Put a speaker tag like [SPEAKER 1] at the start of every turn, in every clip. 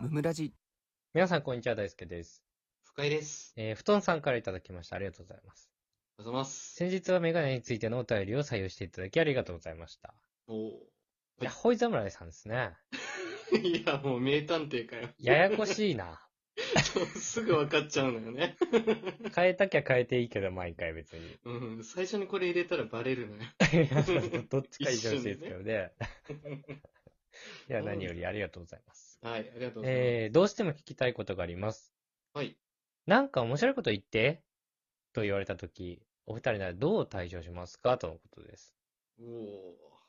[SPEAKER 1] ムムラジ
[SPEAKER 2] 皆さん、こんにちは。大輔です。
[SPEAKER 3] 深井です。
[SPEAKER 2] えー、布団さんからいただきました。ありがとうございます。
[SPEAKER 3] おはようございます。
[SPEAKER 2] 先日はメガネについてのお便りを採用していただきありがとうございました。
[SPEAKER 3] お
[SPEAKER 2] いや、ホイ侍さんですね。
[SPEAKER 3] ーいや、もう名探偵かよ。
[SPEAKER 2] ややこしいな。
[SPEAKER 3] そうすぐ分かっちゃうのよね。
[SPEAKER 2] 変えたきゃ変えていいけど、毎回別に。
[SPEAKER 3] うん、最初にこれ入れたらバレるの
[SPEAKER 2] い
[SPEAKER 3] よ。
[SPEAKER 2] やどっちか以上してですけどね。 いや、
[SPEAKER 3] うん
[SPEAKER 2] 何よりありがとうございます。
[SPEAKER 3] はい、ありがとうございます。
[SPEAKER 2] えー、どうしても聞きたいことがあります。
[SPEAKER 3] はい。
[SPEAKER 2] なんか面白いこと言ってと言われたとき、お二人ならどう対処しますかとのことです。
[SPEAKER 3] お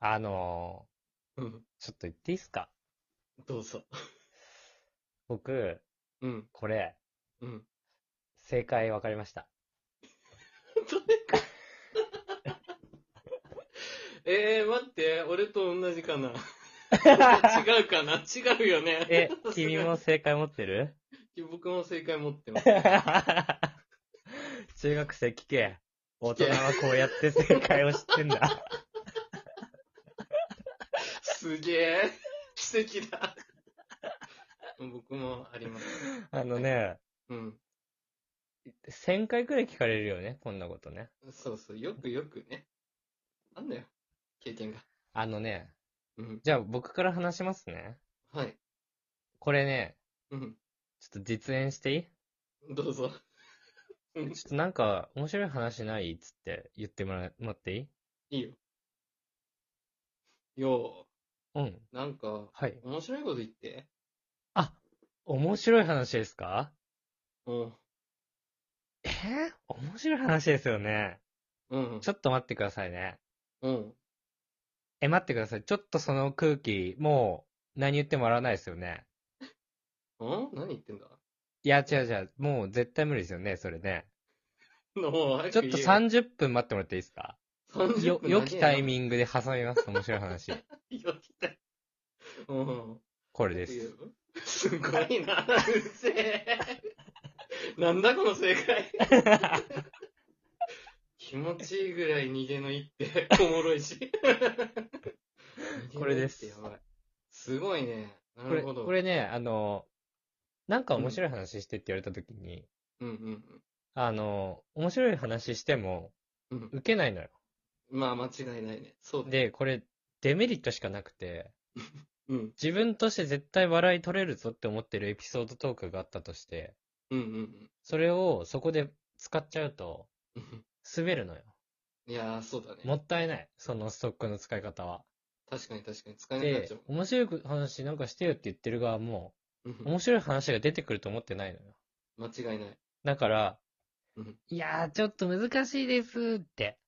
[SPEAKER 2] あの
[SPEAKER 3] ーうん、
[SPEAKER 2] ー、ちょっと言っていいですか
[SPEAKER 3] どうぞ。
[SPEAKER 2] 僕、
[SPEAKER 3] うん、
[SPEAKER 2] これ、
[SPEAKER 3] うん。
[SPEAKER 2] 正解分かりました。
[SPEAKER 3] どれか。 えー、待って、俺と同じかな。 違うかな違うよね。
[SPEAKER 2] え、君も正解持ってる
[SPEAKER 3] 僕も正解持ってます。
[SPEAKER 2] 中学生聞け。大人はこうやって正解を知ってんだ。
[SPEAKER 3] すげえ。奇跡だ。僕もあります。
[SPEAKER 2] あのね、
[SPEAKER 3] うん。
[SPEAKER 2] 1000回くらい聞かれるよね、こんなことね。
[SPEAKER 3] そうそう、よくよくね。なんだよ、経験が。
[SPEAKER 2] あのね、
[SPEAKER 3] うん。
[SPEAKER 2] じゃあ僕から話しますね。
[SPEAKER 3] はい。
[SPEAKER 2] これね、
[SPEAKER 3] うん。
[SPEAKER 2] ちょっと実演していい
[SPEAKER 3] どうぞ。うん
[SPEAKER 2] ちょっとなんか面白い話ないっつって言ってもらもらっていい
[SPEAKER 3] いいよ。よ
[SPEAKER 2] うん。
[SPEAKER 3] う、なんか、
[SPEAKER 2] はい。
[SPEAKER 3] 面白いこと言って。
[SPEAKER 2] あ、面白い話ですか
[SPEAKER 3] うん。
[SPEAKER 2] えー、面白い話ですよね。
[SPEAKER 3] うん。
[SPEAKER 2] ちょっと待ってくださいね。
[SPEAKER 3] うん。
[SPEAKER 2] え、待ってください。ちょっとその空気、もう何言っても笑わないですよね。
[SPEAKER 3] うん何言ってんだ
[SPEAKER 2] いや、違う違う。もう絶対無理ですよね、それね。
[SPEAKER 3] もう、早
[SPEAKER 2] ちょっ
[SPEAKER 3] く
[SPEAKER 2] と
[SPEAKER 3] 言えよ
[SPEAKER 2] 30分待ってもらっていいですか
[SPEAKER 3] 30
[SPEAKER 2] よ、
[SPEAKER 3] 分
[SPEAKER 2] 良きタイ
[SPEAKER 3] ン
[SPEAKER 2] ミングで挟みます。面白い 話。
[SPEAKER 3] グ。よきタイミング。うん。
[SPEAKER 2] これです。
[SPEAKER 3] すごいな、うぜえ。なんだこの正解。気持ちいいぐらい逃げの一手、おもろいし。
[SPEAKER 2] これです
[SPEAKER 3] 逃げの一手やばいすごいね。な
[SPEAKER 2] これ、
[SPEAKER 3] るほど。
[SPEAKER 2] これね、あの、なんか面白い話してって言われた時に、
[SPEAKER 3] うんうん
[SPEAKER 2] あの、面白い話しても、
[SPEAKER 3] うん。うん
[SPEAKER 2] 受けないのよ。
[SPEAKER 3] まあ、間違いないね。そうだね。
[SPEAKER 2] で、これ、デメリットしかなくて、
[SPEAKER 3] うん。
[SPEAKER 2] 自分として絶対笑い取れるぞって思ってるエピソードトークがあったとして、
[SPEAKER 3] うんうん
[SPEAKER 2] それをそこで使っちゃうと、
[SPEAKER 3] うん。
[SPEAKER 2] 滑るのよ。
[SPEAKER 3] いやー、そうだね。
[SPEAKER 2] もったいない。そのストックの使い方は。
[SPEAKER 3] 確かに確かに。使えなくなっ
[SPEAKER 2] で
[SPEAKER 3] ちゃう、もん。
[SPEAKER 2] 面白い話なんかしてよって言ってる側も、
[SPEAKER 3] うん
[SPEAKER 2] 面白い話が出てくると思ってないのよ。
[SPEAKER 3] 間違いない。
[SPEAKER 2] だから
[SPEAKER 3] うん、
[SPEAKER 2] いやー、ちょっと難しいです って、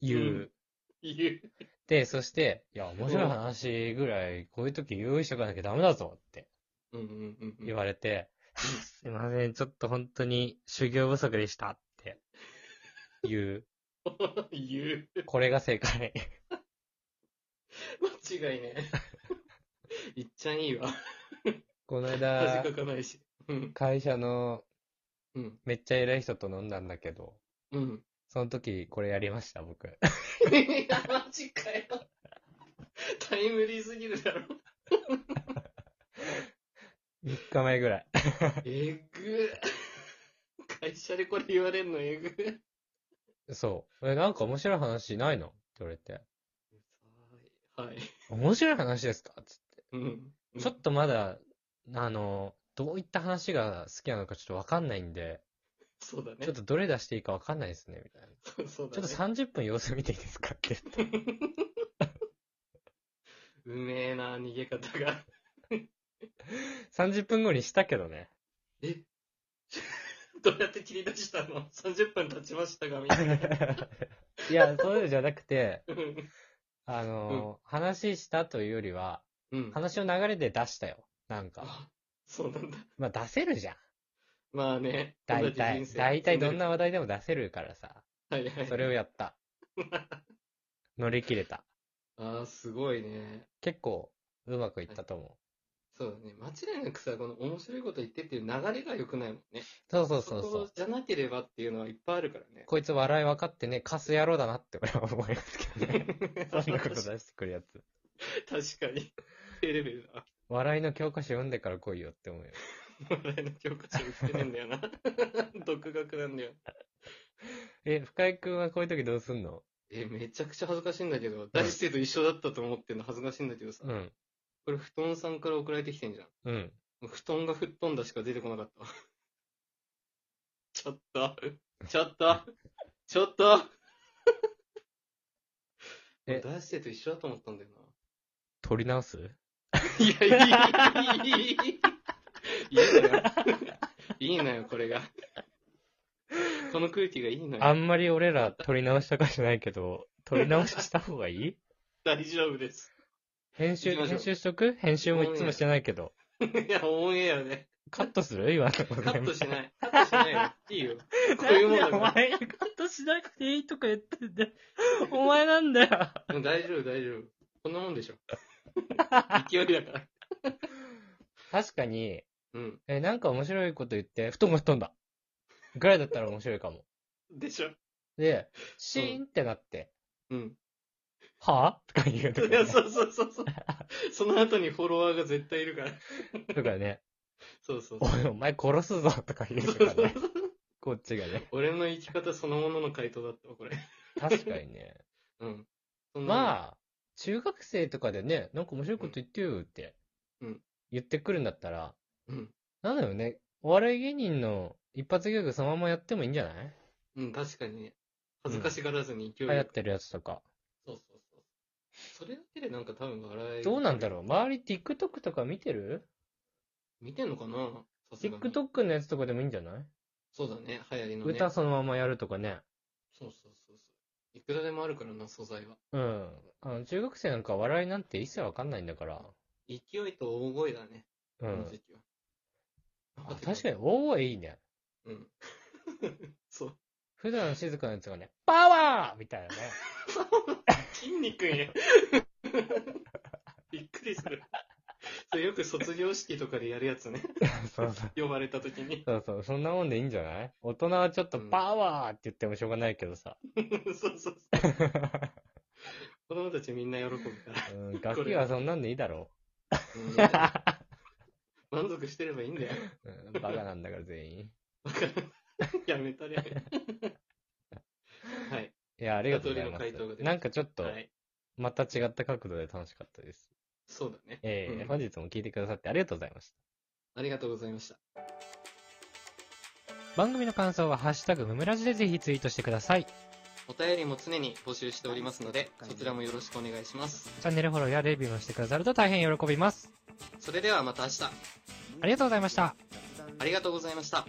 [SPEAKER 2] 言う。
[SPEAKER 3] うん言う。
[SPEAKER 2] で、そして、いや、面白い話ぐらい、こういう時用意しとかなきゃダメだぞって
[SPEAKER 3] うんうんうんうん。
[SPEAKER 2] 言われて、すいません、ちょっと本当に修行不足でしたって 言う。
[SPEAKER 3] 言う。
[SPEAKER 2] これが正解。
[SPEAKER 3] 間 違いね。いっちゃんいいわ。
[SPEAKER 2] この
[SPEAKER 3] 恥
[SPEAKER 2] 間
[SPEAKER 3] か、かないし。うん。
[SPEAKER 2] 会社の
[SPEAKER 3] うん。
[SPEAKER 2] めっちゃ偉い人と飲んだんだけど、
[SPEAKER 3] うん。
[SPEAKER 2] その時これやりました、 僕。
[SPEAKER 3] いや、マジかよ。タイムリーすぎるだろ。
[SPEAKER 2] 3日前ぐらい。
[SPEAKER 3] えぐ。会社でこれ言われんのえぐ。うざい
[SPEAKER 2] そう。え、なんか面白い話ないのって言われて。
[SPEAKER 3] はい。
[SPEAKER 2] 面白い話ですかつって
[SPEAKER 3] うん。
[SPEAKER 2] ちょっとまだ、あの、どういった話が好きなのかちょっとわかんないんで、
[SPEAKER 3] そうだね。
[SPEAKER 2] ちょっとどれ出していいかわかんないですね、みたいな。
[SPEAKER 3] そうそう
[SPEAKER 2] ちょ
[SPEAKER 3] だ
[SPEAKER 2] っと
[SPEAKER 3] ね。
[SPEAKER 2] 30分様子見ていいですかって 言って。
[SPEAKER 3] うめえな、逃げ方が。
[SPEAKER 2] 30分後にしたけど ね。
[SPEAKER 3] えどうやって切り出したの ?30 分経ちましたが、みたいな。
[SPEAKER 2] いや、そういうじゃなくて、
[SPEAKER 3] うん
[SPEAKER 2] あの、話したというよりは、
[SPEAKER 3] うん。
[SPEAKER 2] 話の流れで出したよ。なんか。
[SPEAKER 3] あそうなんだ。
[SPEAKER 2] まあ出せるじゃん。
[SPEAKER 3] まあね。
[SPEAKER 2] 大体
[SPEAKER 3] 同じ人。生
[SPEAKER 2] 大体どんな話題でも出せるからさ。
[SPEAKER 3] はいはい。
[SPEAKER 2] それをや った。乗り切れた。
[SPEAKER 3] ああ、すごいね。
[SPEAKER 2] 結構、うまくいったと思う。
[SPEAKER 3] そうだね。間違いなくさ、この面白いこと言ってっていう流れが良くないもんね。
[SPEAKER 2] そうそうそうそ
[SPEAKER 3] こ
[SPEAKER 2] う。
[SPEAKER 3] じゃなければっていうのはいっぱいあるからね。
[SPEAKER 2] こいつ笑い分かってね、カス野郎だなって俺は思 いますけどね。そんなこと
[SPEAKER 3] 確
[SPEAKER 2] 出してくるやつ。
[SPEAKER 3] かに。低レベルだ。
[SPEAKER 2] 笑いの教科書読んでから来いよって思うよ。
[SPEAKER 3] 笑いの教科書売ってねえんだよな。 独学なんだよ。
[SPEAKER 2] え、深井くんはこういう時どうすんの
[SPEAKER 3] え、めちゃくちゃ恥ずかしいんだけど、大生と一緒だったと思ってんの恥ずかしいんだけどさ、
[SPEAKER 2] うん。
[SPEAKER 3] これ布団さんから送られてきてんじゃん。
[SPEAKER 2] うん。
[SPEAKER 3] もう布団が吹っ飛んだしか出てこなかった。 ちょっと、ちょっと、ちょっと。
[SPEAKER 2] え
[SPEAKER 3] 大生と一緒だと思ったんだよ
[SPEAKER 2] 取り直す
[SPEAKER 3] な。いや、いい、いい、いい。 いいのよ。いいのよ、これが。この空気がいいの
[SPEAKER 2] あ
[SPEAKER 3] よ。
[SPEAKER 2] んまり俺ら取り直したかしないけど、取り直しした方がいい
[SPEAKER 3] 大丈夫です。
[SPEAKER 2] 編集、
[SPEAKER 3] 行きましょう
[SPEAKER 2] 編集しとく編集もいつもしてないけど。
[SPEAKER 3] いや、オンエアね。
[SPEAKER 2] カットする今の
[SPEAKER 3] カットしない。カットしないよ。いいよ。 こういうもんだから。
[SPEAKER 2] 前がカットしなくていいとか言ってんだよ。お前なんだよ。
[SPEAKER 3] うん大丈夫、大丈夫。こんなもん でしょ。勢いだから。
[SPEAKER 2] 確かに、
[SPEAKER 3] うん。
[SPEAKER 2] え、なんか面白いこと言って、布団が吹っ飛んだ。ぐらいだったら面白いかも。
[SPEAKER 3] でしょ。
[SPEAKER 2] で、シーンってなって、
[SPEAKER 3] うん。
[SPEAKER 2] はぁとか言うとか
[SPEAKER 3] い
[SPEAKER 2] ね
[SPEAKER 3] や、そうそうそうそう。その後にフォロワーが絶対いるから。
[SPEAKER 2] とかね、
[SPEAKER 3] そうそう
[SPEAKER 2] お
[SPEAKER 3] そう。
[SPEAKER 2] い、お前殺すぞとか言うとかね。こっちがね。
[SPEAKER 3] 俺の生き方そのものの回答だったわ、これ。
[SPEAKER 2] 確かにね。
[SPEAKER 3] うん。そんなの
[SPEAKER 2] まあ、中学生とかでね、なんか面白いこと言ってよって
[SPEAKER 3] うん、
[SPEAKER 2] 言ってくるんだったら、
[SPEAKER 3] うん。
[SPEAKER 2] なんだろうね、お笑い芸人の一発ギャグそのままやってもいいんじゃない
[SPEAKER 3] うん、確かにね。恥ずかしがらずに勢い
[SPEAKER 2] 流
[SPEAKER 3] よく
[SPEAKER 2] 行ってるやつとか。
[SPEAKER 3] そうそうそう。それだけでなんか多分笑い。
[SPEAKER 2] どうなんだ
[SPEAKER 3] ろ
[SPEAKER 2] ろう周り TikTok とか見てる
[SPEAKER 3] う見てんのかなさすがに
[SPEAKER 2] ?TikTok のやつとかでもいいんじゃない
[SPEAKER 3] そうだね、流行りのね。
[SPEAKER 2] 歌そのままやるとかね。
[SPEAKER 3] そうそうそうそう。いくらでもあるからな、素材は。
[SPEAKER 2] うん。あの、中学生なんか笑いなんて一切わかんないんだから。
[SPEAKER 3] 勢いと大声だね、
[SPEAKER 2] う
[SPEAKER 3] この
[SPEAKER 2] ん
[SPEAKER 3] 時。期は。
[SPEAKER 2] あ確かに、大声いいね。
[SPEAKER 3] に。うん。 そう。
[SPEAKER 2] 普段静かなやつがね、パワーみ たいなね。
[SPEAKER 3] 筋肉や。 びっくりする。それよく卒業式とかでやるやつね。
[SPEAKER 2] そうそう。
[SPEAKER 3] 呼ばれた時に。
[SPEAKER 2] そうそう、そんなもんでいいんじゃない大人はちょっと
[SPEAKER 3] うん
[SPEAKER 2] パワーって言ってもしょうがないけどさ。
[SPEAKER 3] そうそうそう。子供たちみんな喜ぶから。
[SPEAKER 2] うん、楽器はそんなんでいいだろ
[SPEAKER 3] うん満足してればいいんだよ。
[SPEAKER 2] う。うん、バカなんだから全員。
[SPEAKER 3] わかる。やめた ね。はい。
[SPEAKER 2] いや、ありがとうございま
[SPEAKER 3] 一通りの回答が出
[SPEAKER 2] す。
[SPEAKER 3] ました
[SPEAKER 2] なんかちょっと
[SPEAKER 3] は、い。
[SPEAKER 2] また違った角度で楽しかったです。
[SPEAKER 3] そうだね。
[SPEAKER 2] えー
[SPEAKER 3] うん
[SPEAKER 2] 本日も聞いてくださってありがとうございました。
[SPEAKER 3] ありがとうございました。
[SPEAKER 2] 番組の感想は、ハッシュタグムムラジでぜひツイートしてください。チ
[SPEAKER 3] お便りも常に募集しておりますので、そちらもよろしくお願いします。
[SPEAKER 2] ャンネルフォローやレビューもしてくださると大変喜びます。
[SPEAKER 3] それではまた明日、
[SPEAKER 2] ありがとうございました。
[SPEAKER 3] ありがとうございました。